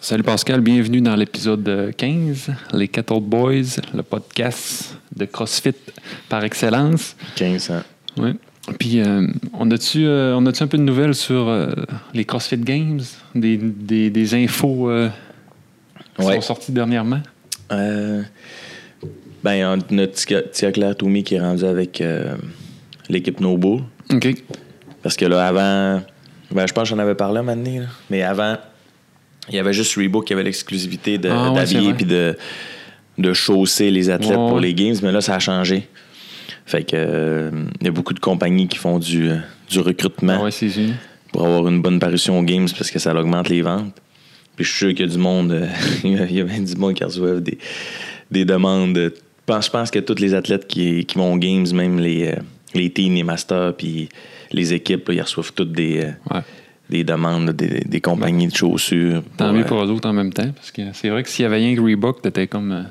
Salut Pascal, bienvenue dans l'épisode 15, les 14 Boys, le podcast de CrossFit par excellence. 15 ans. Ouais. Puis, euh, on a-tu euh, on a-tu un peu de nouvelles sur euh, les CrossFit Games, des, des, des infos euh, qui Ouais. sont sorties dernièrement? Euh, ben, en- notre petit gars- petit gars Claire Toomey qui est rendu avec euh, l'équipe Noble. OK. Parce que là, avant. Ben, je pense que j'en avais parlé un moment donné, là. Mais avant, il y avait juste Reebok qui avait l'exclusivité de- Ah ouais, c'est d'habiller vrai. puis de, de chausser les athlètes Ouais, pour ouais. les games. Mais là, ça a changé. Fait que. euh, Il y a beaucoup de compagnies qui font du, euh, du recrutement. Ah ouais, c'est génial. pour avoir une bonne parution aux games parce que ça augmente les ventes. Puis je suis sûr qu'il y a du monde, euh, il y a- il y a bien du monde qui reçoivent des, des demandes. Je pense, je pense que tous les athlètes qui, qui vont aux games, même les, euh, les teams, les masters, puis les équipes, là, ils reçoivent toutes des, euh, Ouais. des demandes des, des compagnies de chaussures. euh, Tant mieux Ouais. pour eux autres en même temps, parce que c'est vrai que s'il y avait rien que Reebok, t'étais comme euh,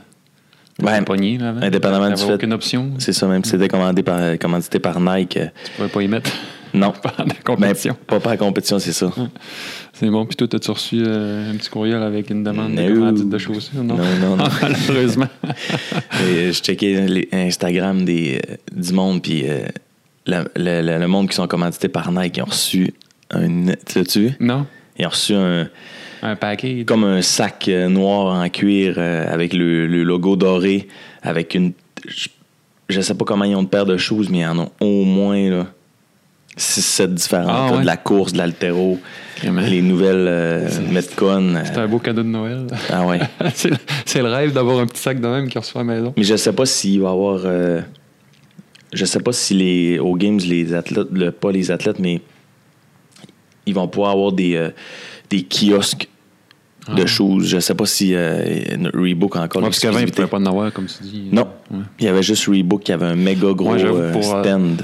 Ouais, pogné là, avant. indépendamment du T'avais fait- aucune option, C'est ça, même si c'était commandé par, commandité par Nike. euh, tu pouvais pas y mettre non, pendant la Ben, compétition. pas par compétition, c'est ça. C'est bon. Puis toi, as-tu reçu euh, un petit courriel avec une demande de No. commandite de chaussures? Non, Non, non, non. Malheureusement. Et, euh, je checkais les Instagram des, euh, du monde, puis euh, la- la- la- le monde qui sont commandités par Nike, ils ont reçu un. Tu l'as-tu vu? non? Ils ont reçu un, Un paquet. comme un sac euh, noir en cuir euh, avec le, le logo doré, avec une. Je, je sais pas comment ils ont de paire de choses, mais ils en ont au moins là, 6-7 différentes. Ah, là, ouais. De la course, de l'altéro, Vraiment. les nouvelles euh, Metcon. euh, C'est un beau cadeau de Noël. ah ouais. c'est le- c'est le rêve d'avoir un petit sac de même qui reçoit à la maison. Mais je sais pas s'il va y avoir. euh, je sais pas si les, aux Games, les athlètes, le- pas les athlètes, mais ils vont pouvoir avoir des, euh, des kiosques de choses. Je sais pas si euh, Reebok a encore Moi, Ah. parce qu'avant, il ne l'exclusivité. pouvait pas en avoir, comme tu dis. Non. Ouais. Il y avait juste Reebok qui avait un méga gros Ouais, j'avoue, euh, pour, euh, stand.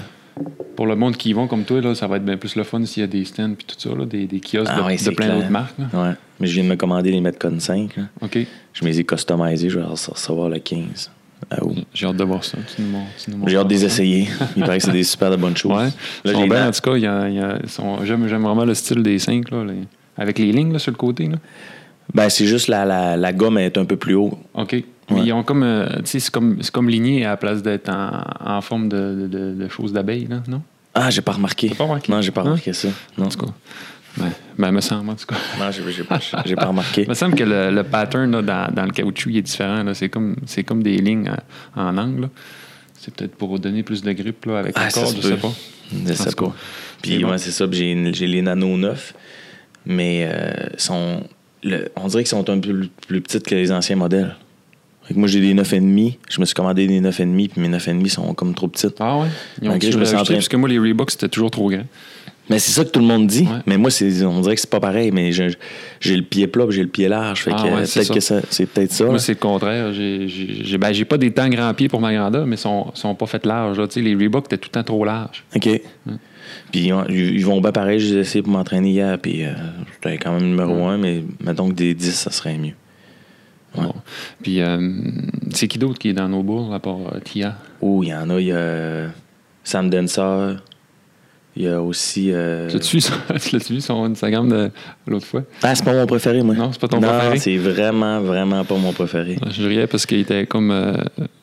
Pour le monde qui y vont comme toi, là, ça va être bien plus le fun s'il y a des stands puis tout ça, là, des, des kiosques Ah de, ouais, de c'est plein clair. d'autres marques. hein. là. Ouais. Mais je viens de me commander les Metcon 5. là. OK. Je me les ai customisés. Je vais recevoir le 15. à août. J'ai hâte de voir ça. Tu nous montres- tu nous montres J'ai hâte de les ça. essayer. Il paraît que c'est des super de bonnes choses. Ouais. Là, Ils j'ai sont la- bien, en tout cas. il y a- il y a- ils sont- J'aime j'aime vraiment le style des cinq, là, les- avec les lignes là, sur le côté. Là. Ben, c'est juste la, la, la gomme est un peu plus haut. OK. Mais Ouais. ils ont comme. euh, tu sais, c'est comme, c'est comme ligné à la place d'être en, en forme de, de, de- de choses d'abeille, là, non? Ah, j'ai pas remarqué. T'as pas remarqué? Hein? Non, j'ai pas Non? remarqué ça. Non, En tout cas. Ben, ben, me semble, en tout cas. non j'ai, j'ai pas- j'ai pas remarqué. Il me semble que le, le pattern là, dans, dans le caoutchouc il est différent. là. C'est comme, c'est comme des lignes en, en angle. là. C'est peut-être pour donner plus de grippe là, avec Ah, le ça corps, se je peut. sais pas. Je sais En tout pas. cas, Puis, c'est ouais, bon. c'est ça. puis J'ai, une- j'ai les Nano 9, mais euh, sont, le- on dirait qu'ils sont un peu plus, plus petites que les anciens modèles. Fait que moi, j'ai des 9,5. Je me suis commandé des 9,5, puis mes 9,5 sont comme trop petites. Ah ouais? Ils ont Malgré dû que je me sens rajouter, en train- parce que moi, les Reeboks, c'était toujours trop grand. Mais c'est ça que tout le monde dit. Ouais. Mais moi, c'est, on dirait que c'est pas pareil. Mais je- j'ai le pied plat, puis j'ai le pied large. Fait Ah, que, euh, ouais, c'est peut-être ça. que ça, c'est peut-être ça. Moi, là. c'est le contraire. J'ai- J'ai j'ai- ben, j'ai pas des temps grands pieds pour ma grandeur, mais ils sont, sont pas faits larges. là. Tu sais, Les Reeboks étaient tout le temps trop larges. OK. Mm. Puis ils ont- ils ils vont bien pareil, j'ai essayé pour m'entraîner hier, puis euh, j'étais quand même numéro un, mais mettons que des 10, ça serait mieux. Ouais. Bon. Puis, euh, c'est qui d'autre qui est dans nos bourgs, à part euh, Tia? Oh, il y en a, il y a Sam Denser, il y a aussi... euh, Tu l'as-tu vu sur- tu l'as-tu vu sur Instagram de l'autre fois? Ah, c'est pas mon préféré, moi. Non, c'est pas ton Non, préféré? c'est vraiment, vraiment pas mon préféré. Je riais parce qu'il était comme. euh,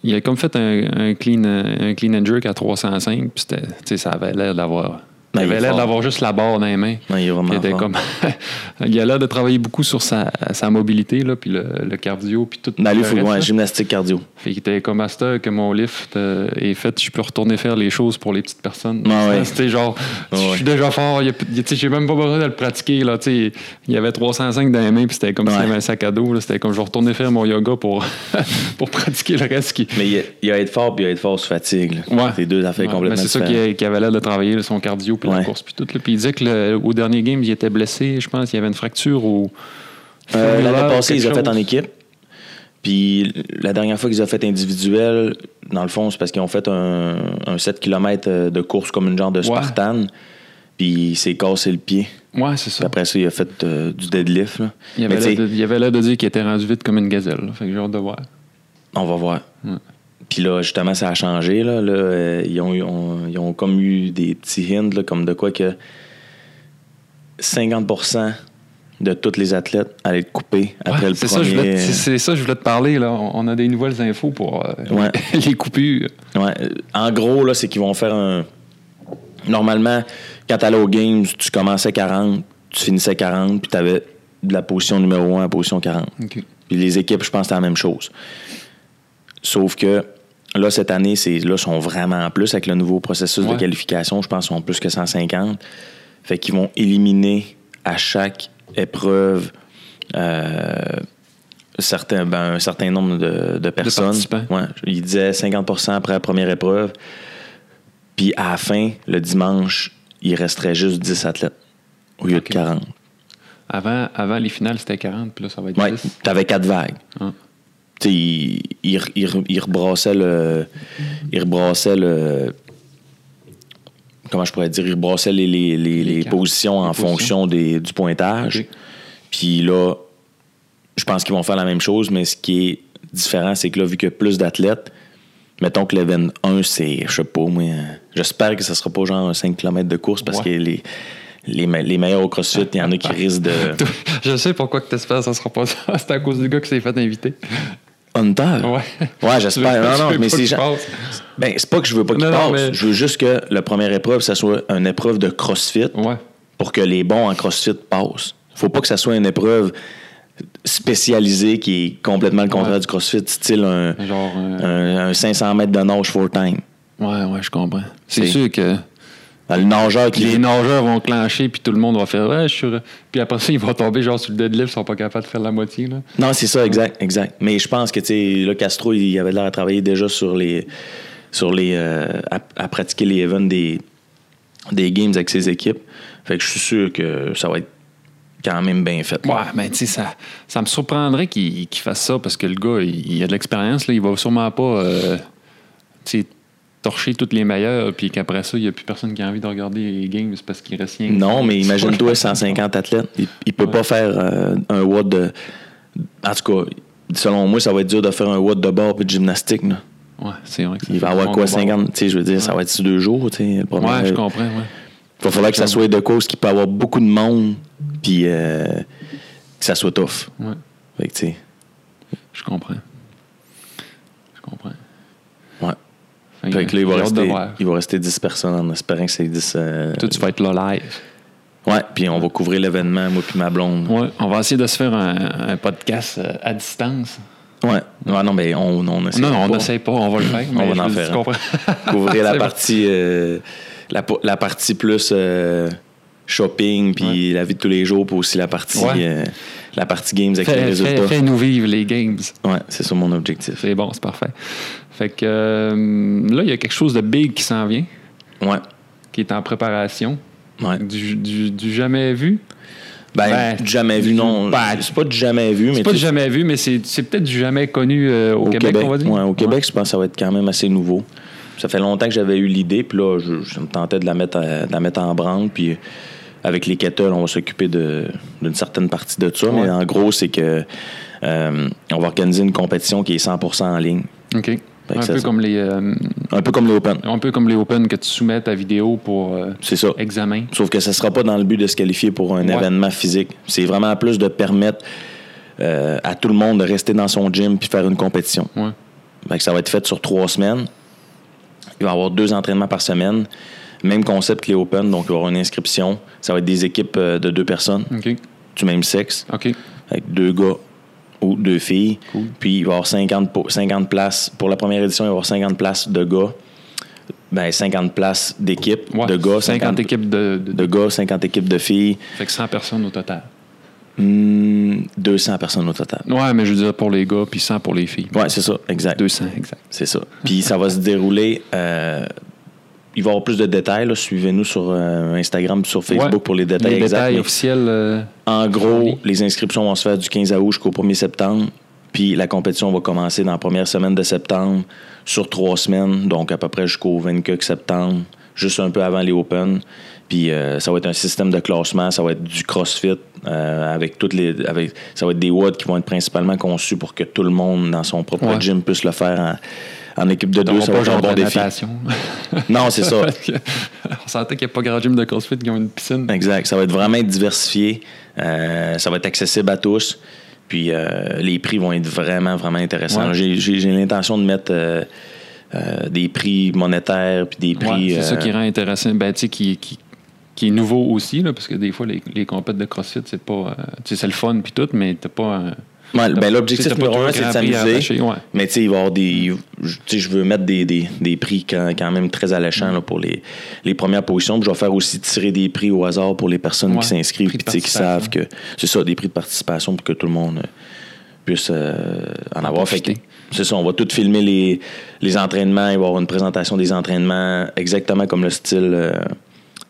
il a comme fait un, un clean, euh, un clean and jerk à 305, puis c'était- tu sais, ça avait l'air d'avoir. Ben, Il il est avait l'air fort. d'avoir juste la barre dans les mains. Non, il est vraiment Il était fort. comme. il a l'air de travailler beaucoup sur sa, sa mobilité, là, puis le, le cardio, puis tout. Ben, lui, le faut reste, ouais, là. gymnastique cardio. Fait qu'il était comme master que mon lift euh, est fait, je peux retourner faire les choses pour les petites personnes. Ah ouais. C'était genre, Ah je ouais. suis déjà fort, y a p- y a- tu sais, j'ai même pas besoin de le pratiquer. Là, tu sais. il y avait 305 dans les mains, puis c'était comme Ouais. s'il y avait un sac à dos. là. C'était comme je vais retourner faire mon yoga pour, pour pratiquer le reste qui. Mais il y a- il y a être fort, puis il y a être fort sous fatigue. là. Ouais. C'est deux affaires Ouais, complètement mais C'est ça différentes. qui, qui avait l'air de travailler, là, son cardio, puis la Ouais. course, puis tout. là. Puis il disait que le- au dernier game, il était blessé, je pense, il y avait une fracture ou. Euh, Ou L'année passée, quelque ils ont fait en chose. équipe. Puis la dernière fois qu'ils ont fait individuel, dans le fond, c'est parce qu'ils ont fait un, un 7 km de course comme une genre de Ouais. Spartan. Puis il s'est cassé le pied. Ouais, c'est Puis ça. après ça, il a fait euh, du deadlift. là. Il y Mais avait l'air tu sais, de- il y avait l'air de dire qu'il était rendu vite comme une gazelle. là. Fait que j'ai hâte de voir. on va voir. Ouais. Puis là, justement, ça a changé. Là, Là, euh, ils, ont, eu- on- ils ont comme eu des petits hints, là, comme de quoi que 50 de tous les athlètes allait être coupée après Ouais, le c'est ça, je voulais premier. te- c'est- c'est ça, je voulais te parler. Là. On on a des nouvelles infos pour euh, Ouais. les coupures. Ouais. En gros, là, c'est qu'ils vont faire un. Normalement, quand t'allais aux Games, tu commençais 40, tu finissais 40, puis t'avais de la position numéro 1 à la position 40. OK. Puis les équipes, je pense, c'est la même chose. Sauf que là, cette année, c'est là sont vraiment en plus avec le nouveau processus Ouais. de qualification. Je pense qu'ils sont plus que 150. Fait qu'ils vont éliminer à chaque épreuve euh, certains, ben, un certain nombre de, de personnes. participants. Ouais. Ils disaient 50 après la première épreuve. Puis à la fin, le dimanche, il resterait juste 10 athlètes au lieu Ok. de 40. Avant, avant les finales, c'était 40, puis là, ça va être Ouais, 10. t'avais quatre vagues. Hum. Tu sais, il, il re- il re- il rebrassait le. Il rebrassait le. Comment je pourrais dire? Il rebrassait les, les- les- Les les cartes. positions en Les positions. fonction des- du pointage. Ok. Puis là, je pense qu'ils vont faire la même chose, mais ce qui est différent, c'est que là, vu qu'il y a plus d'athlètes, mettons que l'event 1, c'est, je sais pas, moi, euh, j'espère que ça sera pas genre un 5 km de course parce Ouais. que les, les, me- les meilleurs au CrossFit, il y en a qui risquent de. je sais pourquoi que t'espères, ça sera pas ça. C'est à cause du gars qui s'est fait inviter. Hunter? Ouais. Ouais, Tu veux pas- j'espère. Ben, Non, tu non, veux mais pas c'est que je genre. passe. Ben, c'est pas que je veux pas qu'il Non, passe. non, mais- Je veux juste que la première épreuve, ça soit une épreuve de CrossFit Ouais. pour que les bons en CrossFit passent. Faut pas que ça soit une épreuve spécialisée qui est complètement le contraire Ouais. du CrossFit, style un, Genre. euh, un- un 500 mètres de nage full time. Ouais, ouais, je comprends. C'est C'est- sûr que Le nageur qui. les nageurs vont clencher, puis tout le monde va faire Ouais, je suis. heureux. Puis après ça, ils vont tomber genre sur le deadlift, ils sont pas capables de faire la moitié. Là. Non, c'est ça, exact, exact. Mais je pense que, tu sais, là, Castro, il avait l'air à travailler déjà sur les. Sur les euh, à, à pratiquer les events des, des games avec ses équipes. Fait que je suis sûr que ça va être quand même bien fait. Ouais, mais tu sais, ça, ça me surprendrait qu'il qu'il fasse ça parce que le gars, il, il a de l'expérience, là, il va sûrement pas euh, tu sais, torcher toutes les meilleures, puis qu'après ça, il n'y a plus personne qui a envie de regarder les games c'est parce qu'il reste rien. Non, mais imagine-toi 150 athlètes. Il, il peut pas faire euh, un watt de. En tout cas, selon moi, ça va être dur de faire un watt de bord et de gymnastique. là. Ouais, c'est vrai que ça Il va fait avoir bon quoi, combat. 50 Tu sais, je veux dire, ça va être sur deux jours, tu sais, le premier. Ouais, je comprends, ouais. Il va falloir que ça soit de cause qui peut avoir beaucoup de monde, puis euh, que ça soit tough. Ouais, Fait que, tu sais, je comprends. Je comprends. ouais. Fait Fait que là, il va, j'ai hâte de rester, voir. il va rester 10 personnes en espérant que c'est 10. euh, Toi, tu vas être là live. Ouais, puis on va couvrir l'événement, moi puis ma blonde. Ouais, on va essayer de se faire un, un podcast euh, à distance. Ouais. Ouais, non, mais on, on essaie. non, non, on pas. n'essaye pas, on va le faire. On mais va en je veux dire, faire tu un. comprends? couvrir la C'est bon. partie euh, la, po- la partie plus euh, shopping puis la vie de tous les jours puis aussi la partie Ouais. euh, la partie games avec les Fais- fais- résultats Fais-nous vivre les games. ouais c'est ça mon objectif C'est bon, c'est parfait. Fait que euh, là, il y a quelque chose de big qui s'en vient, ouais qui est en préparation, ouais du, du- du jamais vu. ben, Ben, jamais vu non ben, c'est pas du jamais vu mais C'est pas tu- du jamais vu, mais c'est c'est peut-être du jamais connu euh, au, au Québec, Québec, on va dire. ouais, au Québec je pense que ça va être quand même assez nouveau ça fait longtemps que j'avais eu l'idée puis là je, je me tentais de la mettre à- de la mettre en branle puis avec les kettles, on va s'occuper de- d'une certaine partie de ça. Ouais. Mais en gros, c'est que euh, on va organiser une compétition qui est 100% en ligne. OK. que Un ça, peu, ça- comme les, euh, Un peu comme l'Open. un peu comme les Open que tu soumets ta vidéo pour euh, C'est ça. examen. Sauf que ça ne sera pas dans le but de se qualifier pour un Ouais. événement physique. C'est vraiment plus de permettre euh, à tout le monde de rester dans son gym puis faire une compétition. Ouais. Fait que ça va être fait sur trois semaines. Il va y avoir deux entraînements par semaine. Même concept que les Open, donc il va y avoir une inscription. Ça va être des équipes euh, de deux personnes OK. du même sexe, OK. avec deux gars ou deux filles. Cool. Puis il va y avoir 50, po- 50 places. Pour la première édition, il va y avoir 50 places de gars. Ben, 50 places d'équipes Ouais. de gars, 50, équipes de, de- de gars, 50 équipes de filles, Fait que 100 personnes au total. hmm, 200 personnes au total. Ouais, mais je veux dire pour les gars, puis 100 pour les filles. Ouais, c'est ça, exact. 200, exact. C'est ça. Puis ça va se dérouler. euh, il va y avoir plus de détails. là. Suivez-nous sur euh, Instagram, sur Facebook Ouais. pour les détails les exacts. détails mais officiels. euh, en en gros, ligne. les inscriptions vont se faire du 15 août jusqu'au 1er septembre. Puis la compétition va commencer dans la première semaine de septembre sur trois semaines, donc à peu près jusqu'au 24 septembre, juste un peu avant les Open. Puis euh, ça va être un système de classement, ça va être du CrossFit euh, avec toutes les, avec, ça va être des watts qui vont être principalement conçus pour que tout le monde dans son propre Ouais. gym puisse le faire En équipe de deux, T'auras ça pas va être un genre bon de défi. natation. Non, c'est ça. On sentait qu'il n'y a pas grand gym de CrossFit qui ont une piscine. Exact. Ça va être vraiment diversifié. Euh, ça va être accessible à tous. Puis euh, les prix vont être vraiment, vraiment intéressants. Ouais. J'ai- J'ai j'ai l'intention de mettre euh, euh, des prix monétaires puis des Ouais, prix. c'est ça euh, qui rend intéressant. Ben, tu sais, qui, qui, qui est nouveau aussi, là, parce que des fois, les, les compètes de CrossFit, c'est pas. euh, tu sais, c'est le fun puis tout, mais t'as pas. un- Ouais, t'as- ben, t'sais, L'objectif t'as pas tout numéro un, le c'est de grand prix à s'amuser. arracher, ouais. Mais tu sais, il va y avoir des. je- Tu sais, je veux mettre des, des, des prix quand, quand même très alléchants là, pour les, les premières positions. Puis je vais faire aussi tirer des prix au hasard pour les personnes Ouais, qui s'inscrivent prix puis de tu sais, qui savent que. C'est ça, des prix de participation pour que tout le monde euh, puisse euh, en avoir. Fait que- profiter. c'est ça, on va tout filmer les, les entraînements. Il va y avoir une présentation des entraînements exactement comme le style euh,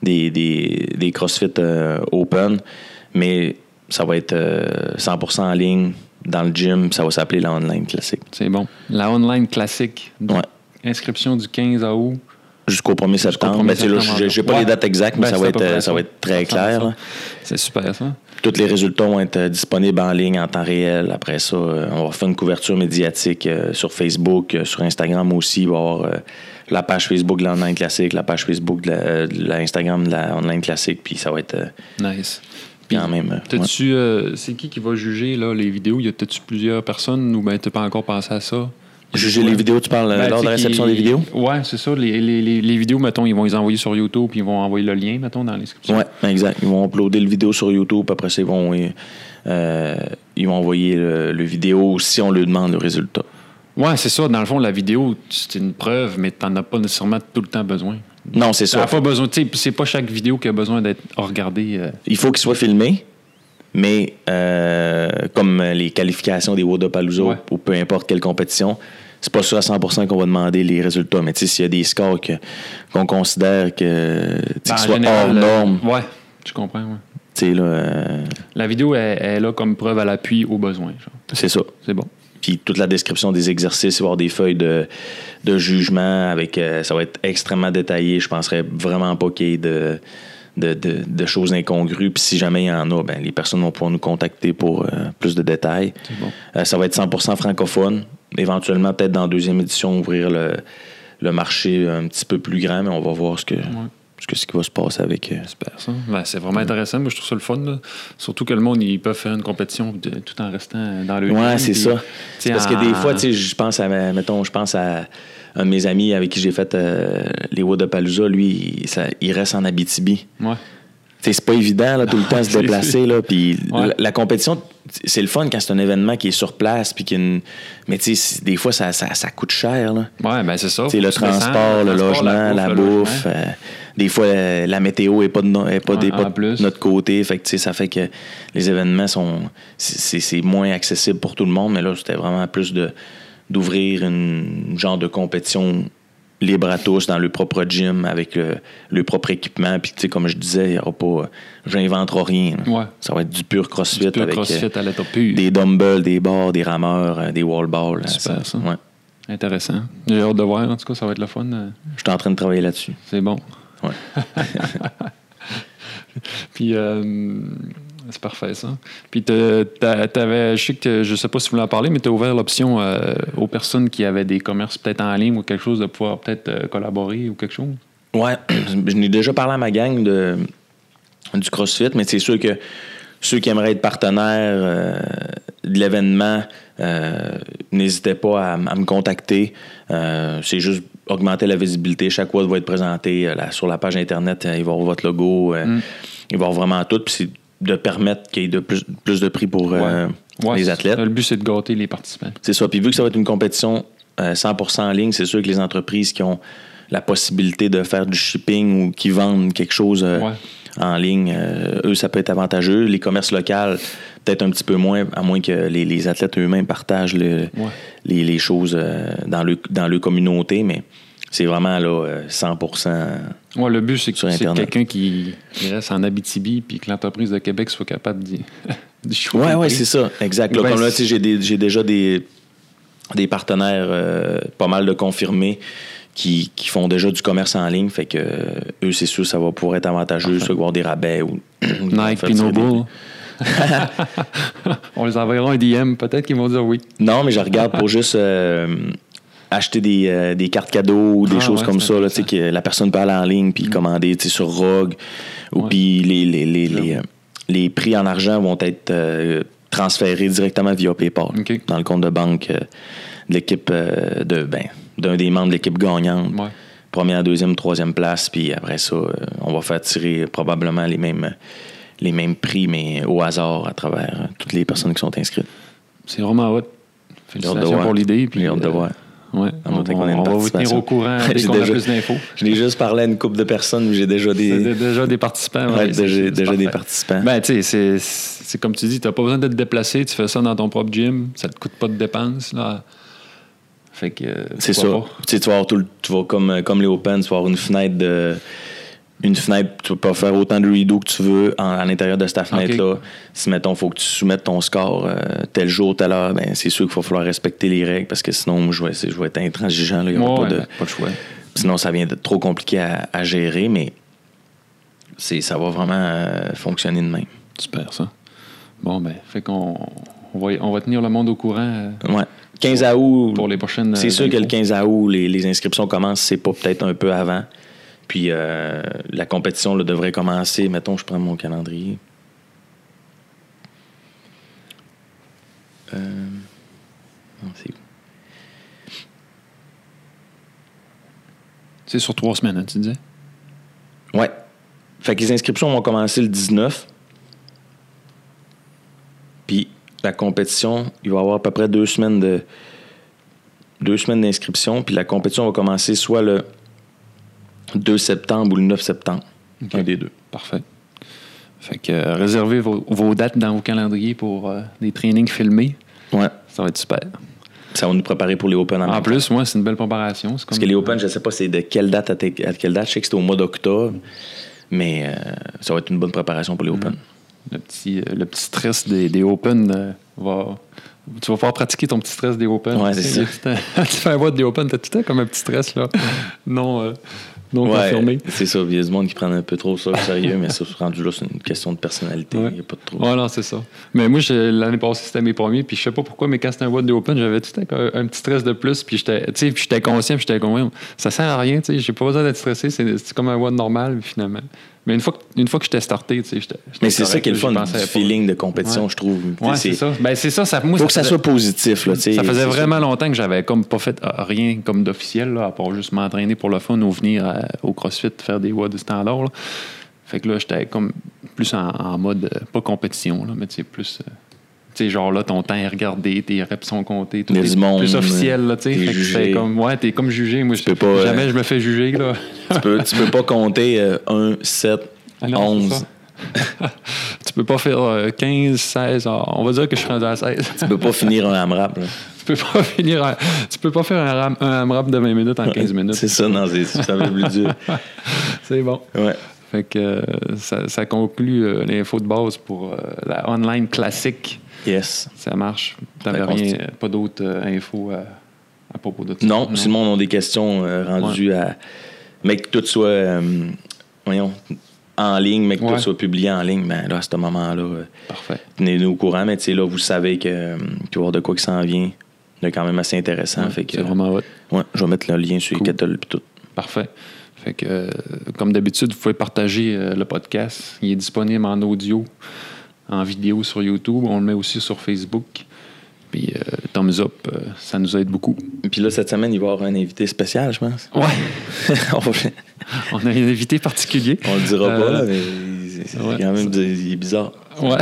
des, des, des CrossFit euh, Open. Mais ça va être euh, 100% en ligne dans le gym. Ça va s'appeler la online classique. C'est bon. La online classique. Donc, Ouais. Inscription du 15 à août. Jusqu'au 1er septembre. 1er Ben, tu sais, là, septembre, Je n'ai pas ouais. les dates exactes, mais Ben, ça, c'est va à peu être, euh, près ça va être très Ça ressemble à clair. ça. là. C'est super, ça. Tous les résultats vont être euh, disponibles en ligne en temps réel. Après ça, euh, on va faire une couverture médiatique euh, sur Facebook, euh, sur Instagram aussi. Il va y avoir euh, la page Facebook de l'Online Classique, la page Facebook de la- euh, de l'Instagram de l'Online Classique. Puis ça va être euh, Nice. Puis, quand même. euh, ouais. T'as-tu, euh, c'est qui qui va juger là, les vidéos? Y a- T'as-tu plusieurs personnes ou ben t'as pas encore pensé à ça? Juger les vidéos, tu parles euh, Ben, lors de tu la sais, réception qui- des vidéos? Ouais, c'est ça. Les, les- les- les vidéos, mettons, ils vont les envoyer sur YouTube puis ils vont envoyer le lien, mettons, dans l'inscription. Oui, exact. Ils vont uploader le vidéo sur YouTube. Après ça, ils vont, euh, euh, ils vont envoyer le, le vidéo si on lui demande le résultat. Ouais, c'est ça. Dans le fond, la vidéo, c'est une preuve, mais t'en as pas nécessairement tout le temps besoin. Non, c'est T'as ça. pas besoin, tu sais, c'est pas chaque vidéo qui a besoin d'être regardée. euh. Il faut qu'il soit filmé, mais euh, comme les qualifications des Wodapalooza Ouais. ou peu importe quelle compétition, c'est pas sûr à 100% qu'on va demander les résultats. Mais tu sais, s'il y a des scores que- qu'on considère que tu sais, Ben, en qu'ils soient général, hors euh, norme, Ouais, je comprends. ouais. tu sais, là, euh, La vidéo elle, elle est là comme preuve à l'appui au besoin. genre. c'est ça. C'est bon. Puis toute la description des exercices, il va y avoir des feuilles de, de jugement avec. euh, ça va être extrêmement détaillé. Je penserais vraiment pas qu'il y ait de, de, de- de choses incongrues. Puis si jamais il y en a, ben, les personnes vont pouvoir nous contacter pour euh, plus de détails. C'est bon. Euh, ça va être 100% francophone. Éventuellement, peut-être dans la deuxième édition, ouvrir le, le marché un petit peu plus grand, mais on va voir ce que, ce, que- ce qui va se passer avec. euh, J'espère ça. Ben, c'est vraiment intéressant. Moi, je trouve ça le fun. là. Surtout que le monde, ils peuvent faire une compétition de- tout en restant dans le Ouais, gym, c'est puis, ça. tu sais, C'est parce que en- des fois, tu sais, je pense à, ma- mettons, je pense à un de mes amis avec qui j'ai fait euh, les Wodapalooza, lui, il, ça- il reste en Abitibi. Ouais. Tu sais, C'est pas évident là, tout le temps à se C'est déplacer. Là, puis Ouais. la, la compétition, c'est le fun quand c'est un événement qui est sur place. Puis qui est une- Mais tu sais, c'est- des fois, ça, ça, ça coûte cher. Là. Ouais, ben c'est ça. Tu sais, Faut le que tu descendes, transport, le logement, la le bouffe. logement. euh, des fois, euh, la météo n'est pas, de, no- est pas, Ouais, des- pas en de plus. notre côté. Fait que, tu sais, ça fait que les événements sont. c'est- C'est c'est moins accessible pour tout le monde, mais là, c'était vraiment plus de d'ouvrir une genre de compétition libre à tous dans le propre gym avec le, le propre équipement. Puis, tu sais, comme je disais, il n'y aura pas. J'inventerai rien. là. Ouais. Ça va être du pur crossfit Tu peux avec euh, crossfit à l'état pur. des dumbbells, des bars, des rameurs, euh, des wall balls. Super, ça. Ouais. Intéressant. J'ai hâte de voir. En tout cas, ça va être le fun. euh, Je suis en train de travailler là-dessus. C'est bon. Ouais. Puis, euh, c'est parfait, ça. Puis, t'as- t'as- t'avais, je sais que, je sais pas si vous voulez en parler, mais tu as ouvert l'option euh, aux personnes qui avaient des commerces peut-être en ligne ou quelque chose de pouvoir peut-être euh, collaborer ou quelque chose. Ouais, je n'ai déjà parlé à ma gang de, du CrossFit, mais c'est sûr que ceux qui aimeraient être partenaires euh, de l'événement, euh, n'hésitez pas à, m- à me contacter. Euh, c'est juste augmenter la visibilité. Chaque WOD va être présenté euh, là, sur la page Internet. euh, il va y avoir votre logo. euh, Il va y avoir vraiment tout. Puis c'est de permettre qu'il y ait de plus, plus de prix pour euh, Ouais, les c'est- athlètes. Le but, c'est de gâter les participants. C'est ça. Puis vu que ça va être une compétition euh, 100% en ligne, c'est sûr que les entreprises qui ont la possibilité de faire du shipping ou qui vendent quelque chose euh, Ouais. en ligne, euh, eux, ça peut être avantageux. Les commerces locaux, peut-être un petit peu moins, à moins que les, les athlètes eux-mêmes partagent le- Ouais. les, les choses euh, dans, le, dans leur communauté, mais c'est vraiment là, euh, 100%. Ouais, le but, c'est que Sur c'est Internet. quelqu'un qui qui reste en Abitibi puis que l'entreprise de Québec soit capable d'y d'y choper Ouais, le ouais, prix. c'est ça, exact. Là, Ben, comme là, c'est- tu sais, j'ai des- j'ai déjà des, des partenaires euh, pas mal de confirmés qui, qui font déjà du commerce en ligne. Fait que euh, eux, c'est sûr, ça va pouvoir être avantageux, soit avoir des rabais ou. Nike puis Noble. On les enverra un DM, peut-être qu'ils vont dire oui. Non, mais je regarde pour juste euh, acheter des, euh, des cartes cadeaux ou des Ah, choses ouais, comme c'est ça, là, tu intéressant. Mm. sais, que la personne peut aller en ligne puis commander tu sais, sur Rogue ou Ouais. puis les, les, les, Clairement. les, euh, les prix en argent vont être euh, transférés directement via PayPal OK. dans le compte de banque euh, de l'équipe euh, de ben d'un des membres de l'équipe gagnante. Ouais. Première, deuxième, troisième place, puis après ça, euh, on va faire tirer probablement les mêmes les mêmes prix, mais au hasard à travers euh, toutes les personnes qui sont inscrites. C'est vraiment hot. J'ai hâte de Félicitations voir. pour l'idée. puis, J'ai hâte de euh, voir. Ouais. En On, autant qu'on ait une on va vous tenir participation. au courant dès J'ai qu'on a déjà- plus d'infos. Je l'ai juste parlé à une couple de personnes, mais j'ai déjà C'est des. dé- déjà des participants. ouais, Ouais, c'est- déjà, c'est déjà des parfait. participants. Ben, tu sais, c'est- c'est comme tu dis, tu n'as pas besoin de te déplacer, tu fais ça dans ton propre gym, ça te coûte pas de dépenses. Là. Fait que. euh, c'est ça. pourquoi Tu sais, tu vas avoir tout le- tu vas comme, euh, comme les Open, tu vas avoir une fenêtre de. Une fenêtre, tu peux pas faire autant de redo que tu veux en- à l'intérieur de cette fenêtre-là. Si, mettons, faut que tu soumettes ton score euh, tel jour, telle heure, ben, c'est sûr qu'il va falloir respecter les règles parce que sinon, je vais, je vais être intransigeant. Là, il y pas? aura Ouais, pas de, ben, pas de choix. Sinon, ça vient d'être trop compliqué à, à gérer, mais c'est, ça va vraiment euh, fonctionner de même. Super, ça. Bon, ben, fait qu'on on va, on va tenir le monde au courant euh, Ouais. 15 à août. pour les prochaines. C'est euh, sûr que le infos. 15 août, les, les inscriptions commencent, c'est pas peut-être un peu avant. Puis euh, la compétition là, devrait commencer. Mettons, je prends mon calendrier. Euh, non, c'est- C'est sur trois semaines, hein, tu disais? Ouais. Fait que les inscriptions vont commencer le 19. Puis la compétition, il va y avoir à peu près deux semaines de deux semaines d'inscription. Puis la compétition va commencer soit le 2 septembre ou le 9 septembre. Ok. Un des deux. Parfait. Fait que euh, réservez vos, vos dates dans vos calendriers pour euh, des trainings filmés. Ouais. Ça va être super. Ça va nous préparer pour les Open en, En même temps. plus, moi, c'est une belle préparation. c'est comme- Parce que les Open, je ne sais pas c'est de quelle date à, te- à quelle date. Je sais que c'était au mois d'octobre. Mais euh, ça va être une bonne préparation pour les Open. Le petit, euh, le petit stress des, des Open euh, va. Tu vas pouvoir pratiquer ton petit stress des Open. Ouais, c'est Tu sais, tu fais un vote des Open, t'as tout le temps comme un petit stress là. Non, euh, non confirmé. c'est ça. Il y a du monde qui prend un peu trop ça au sérieux, mais ça, rendu là, c'est une question de personnalité. Il Ouais. n'y a pas de trop. Ouais, non, c'est ça. Mais moi, je- l'année passée, c'était mes premiers, puis je sais pas pourquoi, mais quand c'était un vote des Open, j'avais tout le temps un, un petit stress de plus, puis j'étais tu sais, puis j'étais conscient, puis j'étais convaincu. Ça sert à rien, tu sais, j'ai pas besoin d'être stressé, c'est c'est comme un vote normal, finalement. Mais une fois que, une fois que j'étais starté, tu sais, j'étais. j'étais Mais c'est correct, ça qui est le j'y fun pensais du pas. feeling de compétition, Ouais. je trouve. Tu Ouais, sais, c'est ça. Ben, c'est ça, ça. Moi, Faut que ça faisait- soit positif. Là, tu sais. Ça C'est faisait sûr. vraiment longtemps que j'avais comme pas fait euh, rien comme d'officiel, là, à part juste m'entraîner pour le fun ou venir euh, au CrossFit faire des voies du standard. là. Fait que là, j'étais comme plus en, en mode, euh, pas compétition, là, mais tu sais, plus. euh, tu sais, genre là, ton temps est regardé, tes reps sont comptés, tout Il y a est du monde, euh, plus officiel, là, tu sais. t'es Fait que jugé. c'était comme, ouais, t'es comme jugé. Moi, je- peux pas, Jamais euh, je me fais juger, là. Tu peux, tu peux pas compter euh, 1, 7, Ah non, c'est 11. ça. tu peux pas faire euh, 15, 16, ah, on va dire que je suis rendu à 16. Tu peux pas finir un AMRAP. là. tu peux pas finir, un- tu peux pas faire un, ram, un AMRAP de 20 minutes en 15 minutes. C'est ça, non, c'est ça va être plus dur. C'est bon. Ouais. Fait que euh, ça, ça conclut euh, l'info de base pour euh, la online classique. Yes. Ça marche. T'avais Fait qu'on rien, se pas d'autres euh, infos à, à propos de ça. Non, si le monde a des questions euh, rendues à. Mais que tout soit. euh, voyons, en ligne, mais que Ouais. tout soit publié en ligne, ben là, à ce moment-là, euh, Parfait. tenez-nous au courant. Mais tu sais, là, vous savez que euh, tu vas voir de quoi qui s'en vient. C'est quand même assez intéressant. Ouais, Ah, fait que, C'est vraiment hot. ouais, je vais mettre le lien sur Cool. les cathol et tout. Parfait. Fait que, euh, comme d'habitude, vous pouvez partager euh, le podcast. Il est disponible en audio, en vidéo sur YouTube. On le met aussi sur Facebook. Puis, euh, thumbs up, euh, ça nous aide beaucoup. Puis là, cette semaine, il va y avoir un invité spécial, je pense. Ouais, on, va- on a un invité particulier. on le dira pas, Euh, là, mais c'est c'est ouais. quand même il est bizarre. Ouais.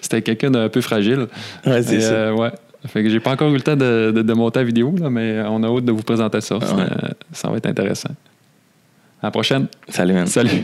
C'était quelqu'un d'un peu fragile. Ouais, Ah, c'est Et, ça. euh, ouais. Fait que j'ai pas encore eu le temps de, de- de monter la vidéo, là, mais on a hâte de vous présenter ça. Ça- Ah Ouais. ça va être intéressant. À la prochaine. Salut, man. Salut.